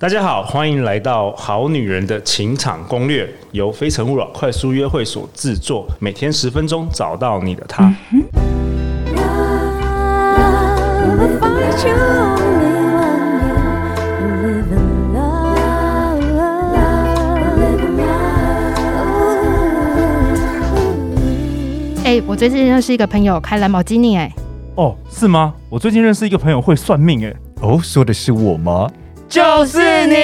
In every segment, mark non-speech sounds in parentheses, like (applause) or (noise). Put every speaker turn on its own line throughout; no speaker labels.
大家好，欢迎来到《好女人的情场攻略》，由非诚勿扰快速约会所制作，每天十分钟，找到你的他。
嗯
Love, if I truly love you, live in love, live in love.
哎、我最近认识一个朋友开兰博基尼、哎，
哦，是吗？我最近认识一个朋友会算命，哎，
哦，说的是我吗？
就是你，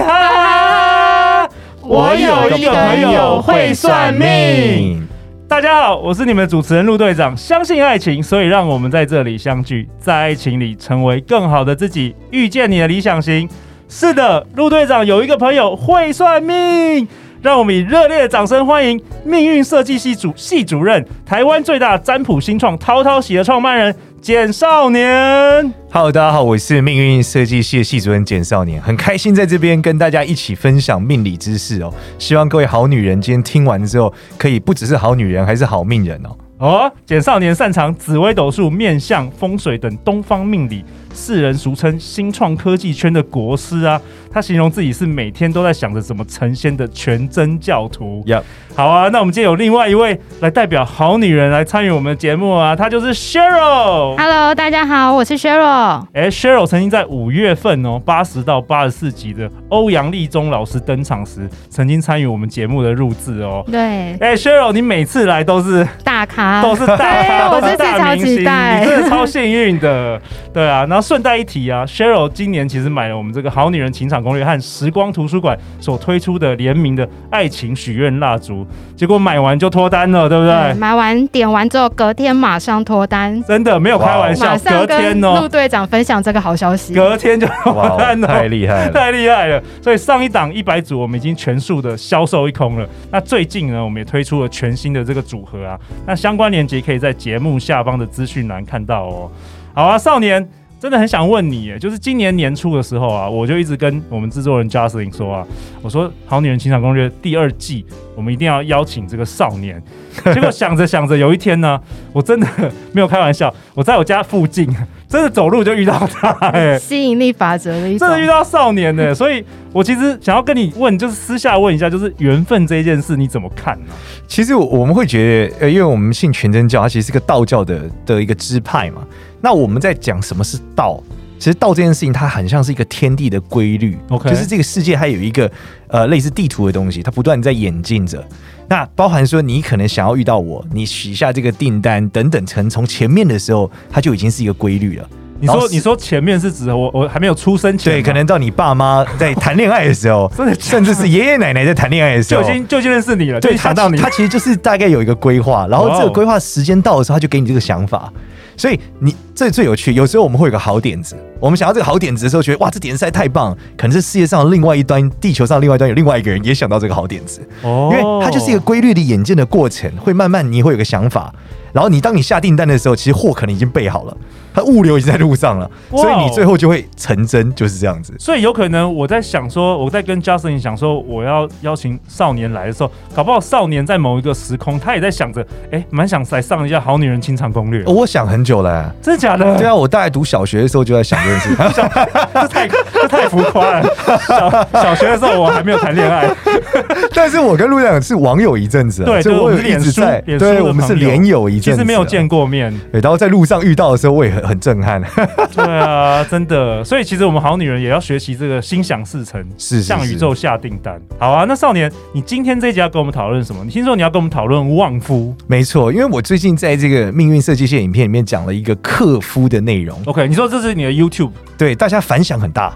哈哈！我有一个朋友会算命。大家好，我是你们主持人陆队长。相信爱情，所以让我们在这里相聚，在爱情里成为更好的自己，遇见你的理想型。是的，陆队长有一个朋友会算命，让我们以热烈的掌声欢迎命运设计系主系主任、台湾最大占卜新创淘淘喜的创办人简少年。
Hello，大家好，我是命运设计系的系主任简少年，很开心在这边跟大家一起分享命理知识哦。希望各位好女人今天听完之后，可以不只是好女人，还是好命人哦。
哦，简少年擅长紫微斗数、面相、风水等东方命理，世人俗称新创科技圈的国师啊。他形容自己是每天都在想着怎么成仙的全真教徒。
Yep
好啊，那我们今天有另外一位来代表好女人来参与我们的节目啊，她就是 Cheryl。
Hello，大家好，我是 Cheryl。
哎，Cheryl 曾经在五月份哦，八十到八十四集的欧阳立中老师登场时，曾经参与我们节目的录制哦。
对，
哎，Cheryl，你每次来都是
大咖
都是大
啊对我
都是
这次
大
超期
明星，你
待
真的超幸运的。对啊，然后顺带一提啊，Cheryl 今年其实买了我们这个《好女人情场攻略》和时光图书馆所推出的联名的爱情许愿蜡烛，结果买完就脱单了，对不对？
嗯买完点完之后，隔天马上脱单，
真的没有开玩笑
马，
隔
上跟
天
陆
哦，
队长分享这个好消息。
隔天就
(laughs)
脱单了，
哦太厉害了！
太厉害了！所以上一档一百组我们已经全数的销售一空了。那最近呢，我们也推出了全新的这个组合啊。那相关链接可以在节目下方的资讯栏看到哦。好啊，少年，真的很想问你耶，就是今年年初的时候啊，我就一直跟我们制作人 Justin 说啊，我说《好女人情场攻略》第二季，我们一定要邀请这个少
(laughs)
年。结果想着想着，有一天呢，我真的没有开玩笑，我在我家附近啊真的走路就遇到他哎。
吸引力法则的一种
真，的遇到少年
(laughs)
呢、所以我其实想要跟你问，就是私下问一下，就是缘分这一件事你怎么看呢、
其实我我们会觉得，呃，因为我们信全真教，它其实是个道教的的一个支派嘛。那我们在讲什么是道，其实道这件事情，它很像是一个天地的规律
OK
就是这个世界它有一个呃类似地图的东西，它不断地在演进着。那包含说你可能想要遇到我，你许下这个订单等等层，从前面的时候，它就已经是一个规律了。
你
然
说
后是
你说前面是指我我还没有出生前吗，，
对，可能到你爸妈在谈恋爱的时候
(laughs) 真的假
甚至是爷爷奶奶在谈恋爱的时
就
候，
已经就已经认识你了，就已
对
经
他
想到你
他其实就是大概有一个规划，然后
哇哦
这个规划时间到的时候，他就给你这个想法。所以你这最有趣，有时候我们会有个好点子，我们想到这个好点子的时候，觉得哇，这点子实在太棒，可能是世界上另外一端，地球上另外一端有另外一个人也想到这个好点子，
哦
因为它就是一个规律的演进的过程，会慢慢你会有个想法，然后你当你下订单的时候，其实货可能已经备好了，它物流已经在路上了，
哇哦
所以你最后就会成真，就是这样子。
所以有可能我在想说，我在跟 Justin 想说，我要邀请少年来的时候，搞不好少年在某一个时空，他也在想着，哎、蛮想来上一下《好女人清场攻略》
我想很久了、
(laughs) 真的假的？
哦对啊，我大概读小学的时候就在想这件事。
这太这太浮夸了。小小学的时候我还没有谈恋爱， (laughs)
但是我跟陆队长是网友一阵子啊，
对，
所以
对我
我
们
有
是
一
脸
直
书
在，，
脸书的
对，我们是
朋友
联友一阵子，啊
其实没有见。过面，
(laughs) 对，然后在路上遇到的时候，我也很很震撼。 (laughs)
对啊，真的。所以其实我们好女人也要学习这个心想事成，
是是
向
是
宇宙下订单。好啊，那少年，你今天这一集要跟我们讨论什么？你听说你要跟我们讨论旺夫
没错，因为我最近在这个命运设计线影片里面讲了一个克夫的内容，
？OK，你说这是你的 YouTube，
对大家反响很大，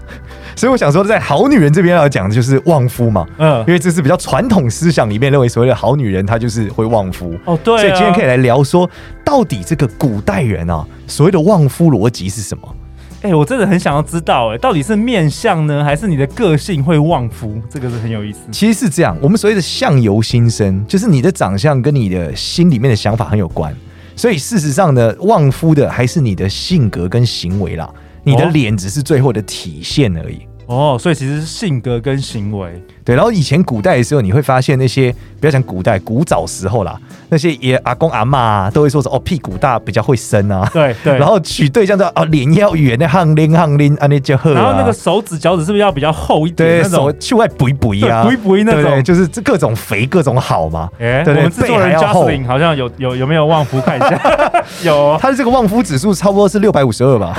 所以我想说，在好女人这边要讲的就是旺夫嘛，
(laughs) 嗯，
因为这是比较传统思想里面认为所谓的好女人，她就是会旺夫。
哦对、啊，
所以今天可以来聊说，到底这个古代人啊，所谓的旺夫逻辑是什么？
哎、我真的很想要知道、哎，到底是面相呢，还是你的个性会旺夫？这个是很有意思。
其实是这样，我们所谓的相由心生，就是你的长相跟你的心里面的想法很有关。所以事实上呢，旺夫的还是你的性格跟行为啦，你的
哦
脸只是最后的体现而已。
哦，所以其实是性格跟行为，
对，然后以前古代的时候，你会发现那些不要讲古代，古早时候啦，那些爷阿公阿妈、啊、都会说是哦屁股大比较会生啊，
对对。
然后娶对象就哦脸要圆，那憨拎憨拎，啊那就喝、啊，
然后那个手指脚趾是不是要比较厚一点
对
那
手
种？
去外补一 (laughs) 补
对，
啊，
不一不一那
对对，
种。
就是这各种肥各种好嘛，
哎、
对
我
对
们制
对，
作
背还
人
要厚。
Justin 好像有有有没有旺夫看一
(laughs)
下？有哦，
他的这个旺夫指数差不多是六百五十二吧，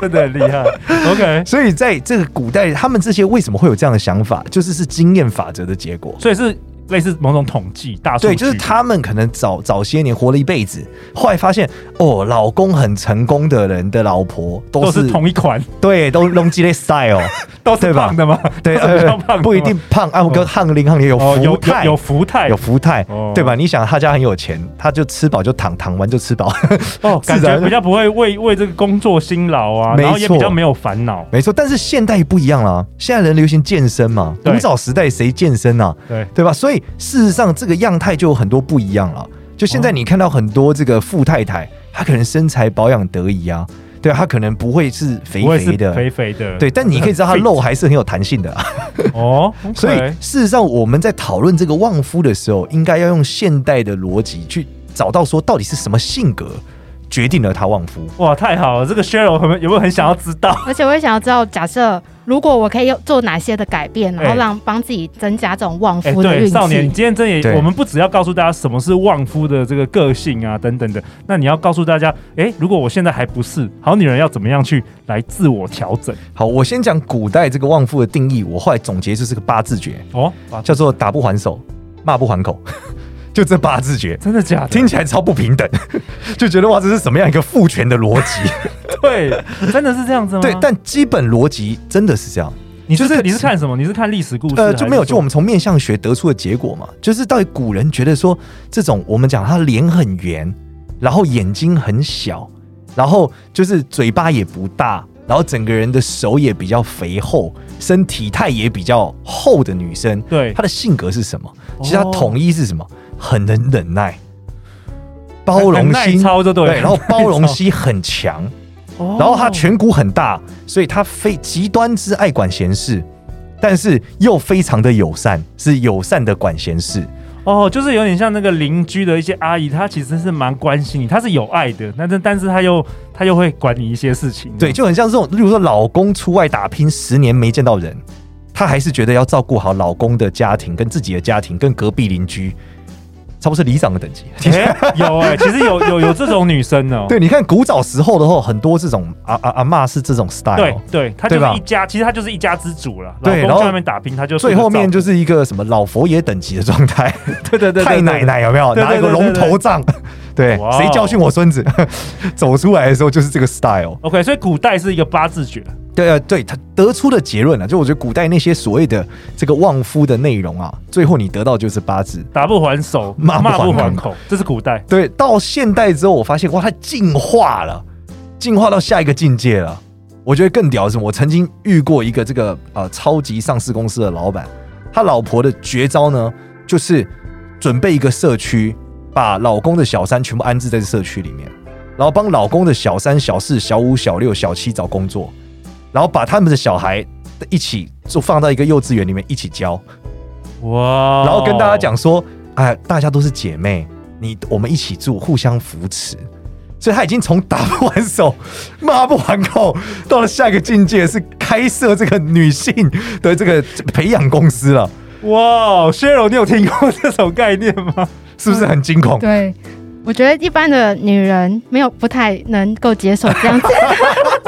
真的很厉害。OK，
所以在这个古代，他们这些为什么会有这样的想法，就是是经验法则的结果。
所以是类似某种统计大数据，
对，就是他们可能早早些年活了一辈子，后来发现哦，老公很成功的人的老婆都
都
是
是同一款，
对，都弄鸡类 (laughs) style，
都是
(laughs) 对吧
胖的吗？
(laughs)
(laughs)
对，呃
都是比较胖的吗
不一定胖啊，我跟汉林汉林有
哦，有
福
有
态，
有福态，
有福态
哦，
对吧？你想他家很有钱，他就吃饱就躺，躺完就吃饱， (laughs)
哦，感
自
觉
然
比较不会为为这个工作辛劳啊，
啊没
然后也
错
比较没有烦恼。
没错。但是现代不一样啦，现在人流行健身嘛，
对
古早时代谁健身啊？
对，
对吧？所以事实上，这个样态就有很多不一样了。就现在你看到很多这个富太太，她可能身材保养得宜啊，对啊，她可能不会是肥
不会是
肥的，
肥肥的，
对，但你可以知
(laughs)
道她肉还是很有弹性的、啊。
哦，OK，
所以事实上，我们在讨论这个旺夫的时候，应该要用现代的逻辑去找到说，到底是什么性格决定了他旺夫。
哇，太好了！这个 Cheryl 有没有有没有很想要知道？
而且我也想要知道，假设如果我可以有做哪些的改变，然后
哎
让帮自己增加这种旺
哎、
夫的
对，
运气。
少年，你今天真也，
对
我们不只要告诉大家什么是旺夫的这个个性啊，等等的，那你要告诉大家，哎、如果我现在还不是好女人，要怎么样去来自我调整？
好，我先讲古代这个旺夫的定义，我后来总结就是个八字诀，
哦，
叫做打不还手，骂不还口， (laughs) 就这八字诀。
真的假的？
听起来超不平等， (laughs) 就觉得哇，这是什么样一个父权的逻辑？
对，真的是这样子吗？
对，但基本逻辑真的是这样。
你是
就是
你是看什么？你是看历史故事？
呃，就没有，就我
们
们从面相学得出的结果嘛，就是到底古人觉得说，这种我们讲他脸很圆，然后眼睛很小，然后就是嘴巴也不大，然后整个人的手也比较肥厚，身体态也比较厚的女生，
对
她的性格是什么？其实她
哦
统一是什么？很能忍耐，包容
耐
心，
操就对了，
对，然后包容
(laughs) 耐操，
心很强，
哦
然后他颧骨很大，所以他非极端之爱管闲事，但是又非常的友善，是友善的管闲事。
哦，就是有点像那个邻居的一些阿姨，她其实是蛮关心你，她是有爱的，那但但是她又她又会管你一些事情，
对，就很像这种，例如说老公出外打拼十年没见到人，她还是觉得要照顾好老公的家庭、跟自己的家庭、跟隔壁邻居，差不多是里长的
(laughs)
等级。
哎有哎、其实有有有这种女生哦、
对，你看古早时候的话，很多这种阿阿阿嬷是这种 style，
对对，她就
哦对吧
是一家，其实她就是一家之主了。老
对然
公
后
在外面打拼，她就
最后面就是一个什么老佛爷等级的状态。
(laughs) 对对对
太奶，奶有没有？
对对
拿一个
对对
龙头杖，对
哇，哦
谁教训我孙子？ (laughs) 走出来的时候就是这个 style。
OK，所以古代是一个八字诀，
对啊，对他得出的结论啊，就我觉得古代那些所谓的这个旺夫的内容啊，最后你得到就是八字。
打不还手，
(laughs) 骂不还
不
口
还口，这是古代。
对，到现代之后，我发现哇，它进化了，进化到下一个境界了。我觉得更屌的是，我曾经遇过一个这个呃超级上市公司的老板，他老婆的绝招呢，就是准备一个社区，把老公的小三全部安置在这社区里面，然后帮老公的小三、小四、小五、小六、小七找工作，然后把他们的小孩一起就放到一个幼稚园里面一起教。
哇
然后跟大家讲，说，哎，大家都是姐妹，你我们一起住，互相扶持。所以他已经从打不完手、骂不完口，到了下一个境界是开设这个女性的这个培养公司了，
哇，Sheryl，你有听过这种概念
(laughs)
吗？
是不是很惊恐？
对，我觉得一般的女人没有不太能够接受这样子。
(laughs)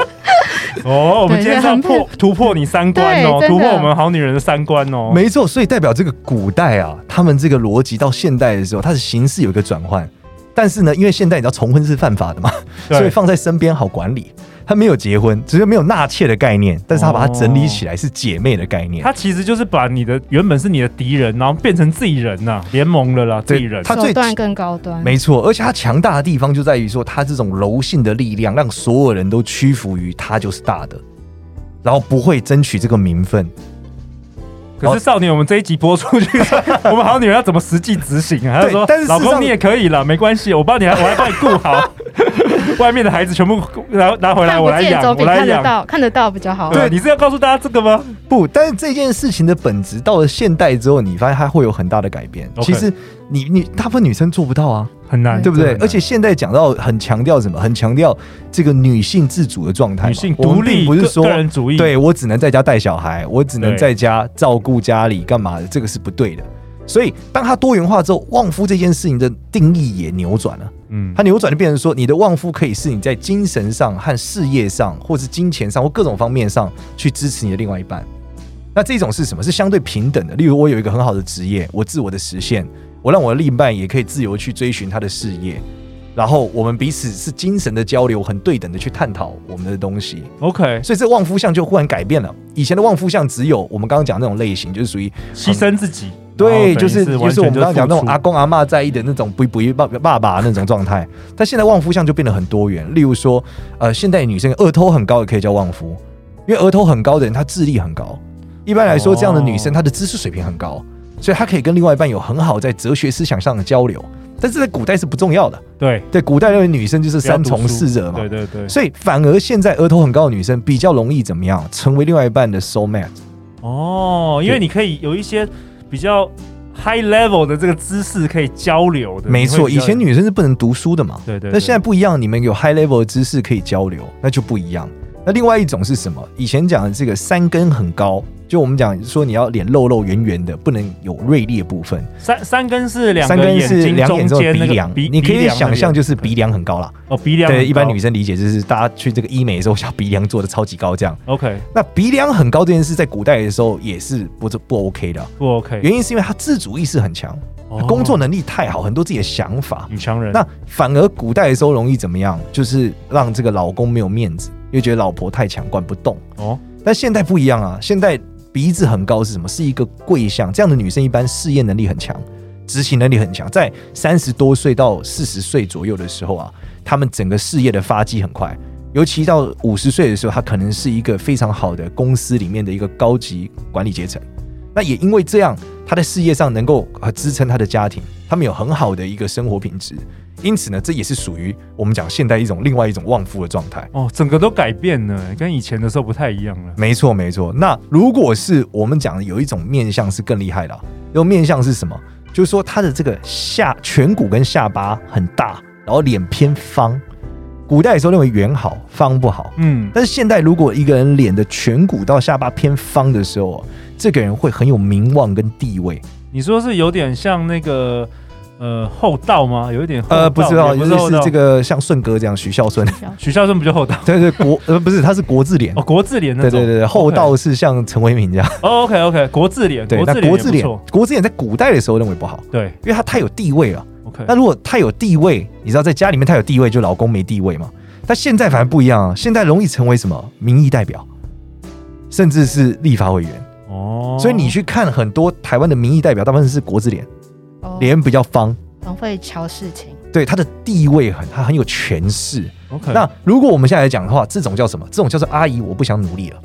哦，我们
对
今天是
这
要
很
破突破你三观哦，
对真
突
的
破我们好女人的三观哦。
没错，所以代表这个古代啊，他们这个逻辑到现代的时候，它的形式有一个转换。但是呢，因为现代你知道重婚是犯法的嘛，
对
所以放在身边好管理。他没有结婚，只是没有纳妾的概念，但是他把它整理起来是姐妹的概念。
他其实就是把你的原本是你的敌人，然后变成自己人呐、联盟了啦，自
对
己人。
他最
手段更高端。
没错，而且它强大的地方就在于说，它这种柔性的力量，让所有人都屈服于它就是大的，然后不会争取这个名分。
可
哦
是少年，我们这一集播出
(laughs)
去，我们好女人要怎么实际执行啊？他就说
对但是：“事实
老
上 (laughs)
公你也可以啦，没关系，我帮你还，我还帮你顾好。” (laughs) 外面的孩子全部拿拿回来，
看
我
不
来
见的
养，
走
我
比
来
看得
养。
到看得到比较好。
对，你是要告诉大家这个吗？
不，但是这件事情的本质到了现代之后，你发现它会有很大的改变。
OK
其实你你大部分女生做不到啊，
很难，
对不对
真？的很难
而且现在讲到很强调什么？很强调这个女性自主的状态嘛，
女性
我
独
们并
立，
不是
个
说
个人主义，
对我只能在家带小孩，我只能
对
在家照顾家里干嘛的，这个是不对的。所以，当它多元化之后，旺夫这件事情的定义也扭转了。
嗯
它扭转就变成说，你的旺夫可以是你在精神上和事业上，或是金钱上或各种方面上去支持你的另外一半。那这种是什么？是相对平等的。例如，我有一个很好的职业，我自我的实现，我让我的另一半也可以自由去追寻他的事业。然后我们彼此是精神的交流，很对等的去探讨我们的东西。
，OK，
所以这旺夫相就忽然改变了。以前的旺夫相只有我们刚刚讲那种类型，就是属于
牺牲自己，
对，
然后等于
就是
完
是我
全
们刚刚讲那种
付出
阿公阿嬷在意的那种不不爸爸爸那种状态。但现在旺夫相就变得很多元，例如说，呃，现代女生额头很高也可以叫旺夫，因为额头很高的人她智力很高。一般来说，这样的女生
哦
她的知识水平很高，所以她可以跟另外一半有很好在哲学思想上的交流。但是在古代是不重要的，
对
对古代认为女生就是三从四者嘛
对，对对，
所以反而现在额头很高的女生比较容易怎么样，成为另外一半的 soul mate。
哦，因为
对
你可以有一些比较 high level 的这个知识可以交流的，
没
你
错，
会比
以
较
前女生是不能读书的嘛，
对对，
那现在不一样，你们有 high level 的知识可以交流，那就不一样。那另外一种是什么？以前讲的这个三根很高，就我们讲说你要脸露露圆圆的，不能有锐利的部分。
在三三根是两个
三根是
眼睛
两眼中
中间
的鼻
那个
梁，
鼻
你可
鼻
以
梁那
想象
边
就是鼻梁很高啦。
哦鼻梁很高，
对，一般女生理解就是大家去这个医美的时候，小鼻梁做的超级高这样。
OK
那鼻梁很高这件事，在古代的时候也是不不 OK 的。
不 OK，
原因是因为他自主意识很强，
哦
他工作能力太好，很多自己的想法。
女强人
那反而古代的时候容易怎么样？就是让这个老公没有面子，因为觉得老婆太强，管不动。
哦
但现代不一样啊，现代鼻子很高是什么？是一个贵相。这样的女生一般事业能力很强，执行能力很强，在三十多岁到四十岁左右的时候啊，她们整个事业的发迹很快。尤其到五十岁的时候，她可能是一个非常好的公司里面的一个高级管理阶层。那也因为这样，她在事业上能够呃支撑她的家庭，他们有很好的一个生活品质。因此呢，这也是属于我们讲现代一种另外一种旺夫的状态。
哦，整个都改变了，跟以前的时候不太一样了。
没错，没错。那如果是我们讲的有一种面相是更厉害的、啊，那种面相是什么？就是说他的这个下颧骨跟下巴很大，然后脸偏方。古代的时候认为圆好，方不好。
嗯，
但是现代如果一个人脸的颧骨到下巴偏方的时候啊，这个人会很有名望跟地位。
你说是有点像那个呃厚道吗？有一点厚道
呃，不知道，
也
就
不是厚
是
道
这个像顺哥这样，许孝顺，
许孝顺不就厚道？
对对，国呃不是，他是国字脸
哦，。国字脸那
对
种。
对对，厚道是像陈为民这样。
哦，OK OK，国字脸，
对，那
国
国
字
字
脸也
脸
不错，，
国字脸在古代的时候认为不好，
对
因为他太有地位了。
，OK，
那如果他有地位，你知道在家里面他有地位，就老公没地位嘛。但现在反而不一样啊，现在容易成为什么民意代表，甚至是立法委员。
哦，
所以你去看很多台湾的民意代表，大部分是国字脸，
哦
脸比较方，
很会瞧事情，
对他的地位很，他很有权势。
OK，
那如果我们现在来讲的话，这种叫什么？这种叫做阿姨，我不想努力了。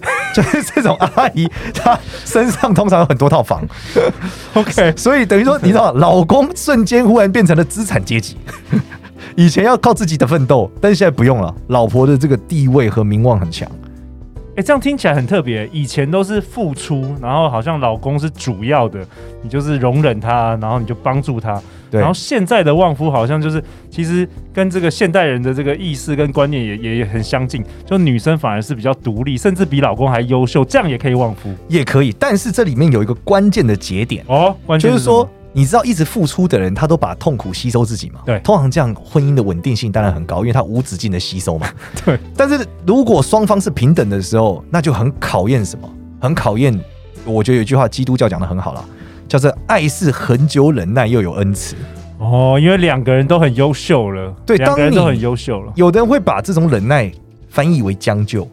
(laughs) 就是这种阿姨，她身上通常有很多套房，
OK，
所以等于说，你知道，老公瞬间忽然变成了资产阶级。以前要靠自己的奋斗，但是现在不用了。老婆的这个地位和名望很强，
哎，这样听起来很特别。以前都是付出，然后好像老公是主要的，你就是容忍他，然后你就帮助他。
对
然后现在的旺夫好像就是，其实跟这个现代人的这个意识跟观念也也也很相近，就女生反而是比较独立，甚至比老公还优秀，这样也可以旺夫
也可以。但是这里面有一个关键的节点，
哦。关键
就是
什么
说，，你知道一直付出的人，他都把痛苦吸收自己嘛？
对
通常这样婚姻的稳定性当然很高，因为他无止境的吸收嘛。
(laughs) 对。
但是如果双方是平等的时候，那就很考验什么？很考验。我觉得有一句话，基督教讲的很好啦，叫做“爱是恒久忍耐，又有恩慈”。
哦，因为两个人都很优秀了，
对
两个
当
人
你
都很优秀了。
有的人会把这种忍耐翻译为将就，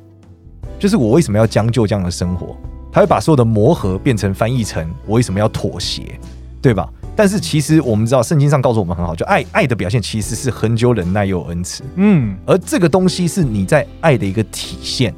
就是我为什么要将就这样的生活？他会把所有的磨合变成翻译成我为什么要妥协，对吧？但是其实我们知道，圣经上告诉我们很好，就爱爱的表现其实是恒久忍耐又有恩慈，
嗯，
而这个东西是你在爱的一个体现。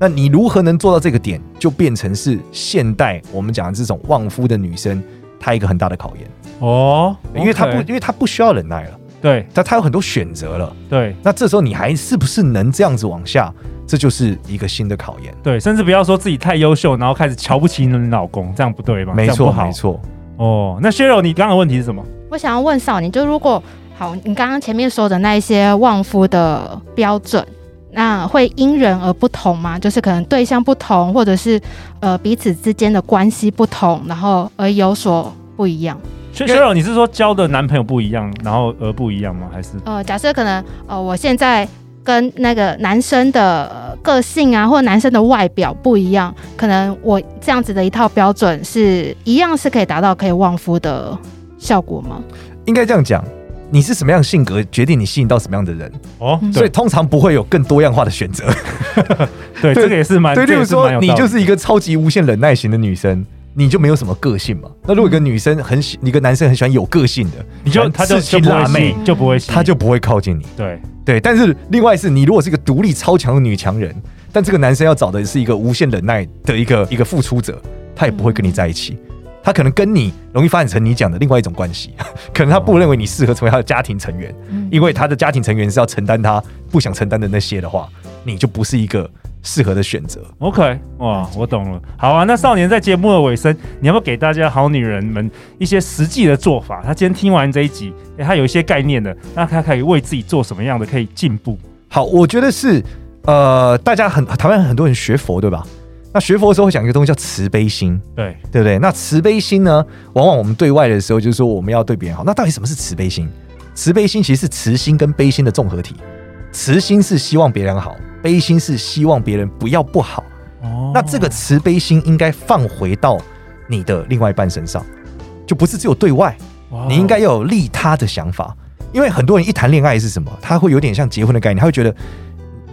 那你如何能做到这个点，就变成是现代我们讲的这种旺夫的女生，她一个很大的考验，
哦，
因为她不
OK
因为她不需要忍耐了，
对
但他有很多选择了。
对
那这时候你还是不是能这样子往下？这就是一个新的考验。
对，甚至不要说自己太优秀，然后开始瞧不起你老公，这样不对吧？啊
没
这样不
错，
好
没。错。
哦，那 Cheryl，你刚刚的问题是什么？
我想要问少年，就如果好，你刚刚前面说的那一些旺夫的标准，那会因人而不同吗？就是可能对象不同，或者是呃彼此之间的关系不同，然后而有所不一样。
薛薛柔，你是说交的男朋友不一样，然后而不一样吗？还是
呃，假设可能呃我现在跟那个男生的呃个性啊，或男生的外表不一样，可能我这样子的一套标准是一样是可以达到可以旺夫的效果吗？
应该这样讲，你是什么样的性格，决定你吸引到什么样的人，
哦，
所
对
以通常不会有更多样化的选择。
对，
对
这个也是蛮
(laughs) 对，例
这个
如
也是蛮
说
有
你
道理
就是一个超级无限忍耐型的女生。你就没有什么个性嘛？那如果一个女生很喜，一个男生很喜欢有个性的，
你就
很
他就
刺
就
激
不
辣
会
妹，
吸，就不会吸，
他就不会靠近你。
对
对，但是另外是你如果是一个独立超强的女强人，但这个男生要找的是一个无限忍耐的一个一个付出者，他也不会跟你在一起。他可能跟你容易发展成你讲的另外一种关系， (laughs) 可能他不认为你适合成为他的家庭成员，因为他的家庭成员是要承担他不想承担的那些的话，你就不是一个适合的选择。
OK，哇，我懂了。好啊，那少年在节目的尾声，你要不要给大家好女人们一些实际的做法？他今天听完这一集，诶他有一些概念的，那他可以为自己做什么样的可以进步？
好，我觉得是呃，大家很台湾很多人学佛对吧？那学佛的时候会讲一个东西叫慈悲心，
对，
对不对？那慈悲心呢，往往我们对外的时候就是说我们要对别人好。那到底什么是慈悲心？慈悲心其实是慈心跟悲心的综合体。慈心是希望别人好，悲心是希望别人不要不好。
哦
那这个慈悲心应该放回到你的另外一半身上，就不是只有对外，
哇
你应该要有利他的想法。因为很多人一谈恋爱是什么，他会有点像结婚的概念，他会觉得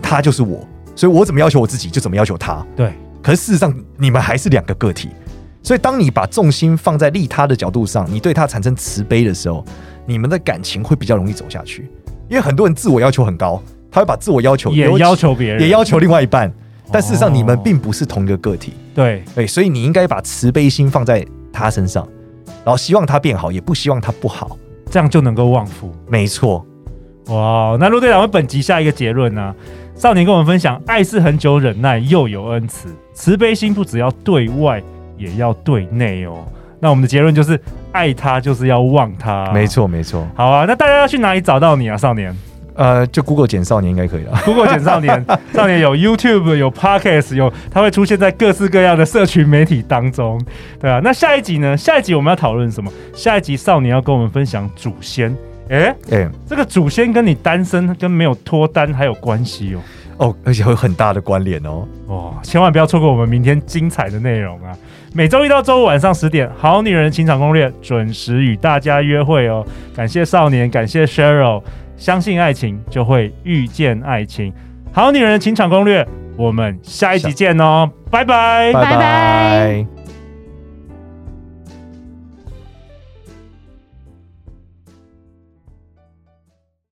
他就是我，所以我怎么要求我自己就怎么要求他。
对
可是事实上，你们还是两个个体。所以，当你把重心放在利他的角度上，你对他产生慈悲的时候，你们的感情会比较容易走下去。因为很多人自我要求很高，他会把自我要求
也
尤其
要求别人，
也要求另外一半，但事实上你们
哦
并不是同一个个体。
对
对，所以你应该把慈悲心放在他身上，然后希望他变好，也不希望他不好。
这样就能够旺夫。
没错，
哇，那陆队长为本集下一个结论呢、少年跟我们分享，爱是很久忍耐，又有恩慈，慈悲心不只要对外，也要对内哦。那我们的结论就是，爱他就是要忘他，
没。错，没错。
好啊，那大家要去哪里找到你啊，少年
呃，就 Google 减少年应该可以了。
？Google 简少
(laughs)
年，少年有 YouTube，有 Podcast，有，他会出现在各式各样的社群媒体当中，对啊。那下一集呢？下一集我们要讨论什么？下一集少年要跟我们分享祖先。诶，
哎、
这个祖先跟你单身跟没有脱单还有关系哦。
(laughs) 哦，而且会有很大的关联哦。
哦，千万不要错过我们明天精彩的内容啊！每周一到周五晚上十点，《好女人情场攻略》准时与大家约会哦。感谢少年，感谢 Cheryl，相信爱情就会遇见爱情，《好女人情场攻略》，我们下一集见哦，拜拜。
拜拜